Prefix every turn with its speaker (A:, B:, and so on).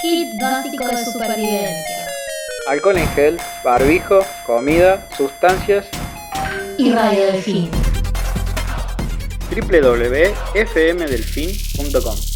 A: Kit básico de supervivencia.
B: Alcohol en gel, barbijo, comida, sustancias.
A: Y Radio Delfín.
B: www.fmdelfin.com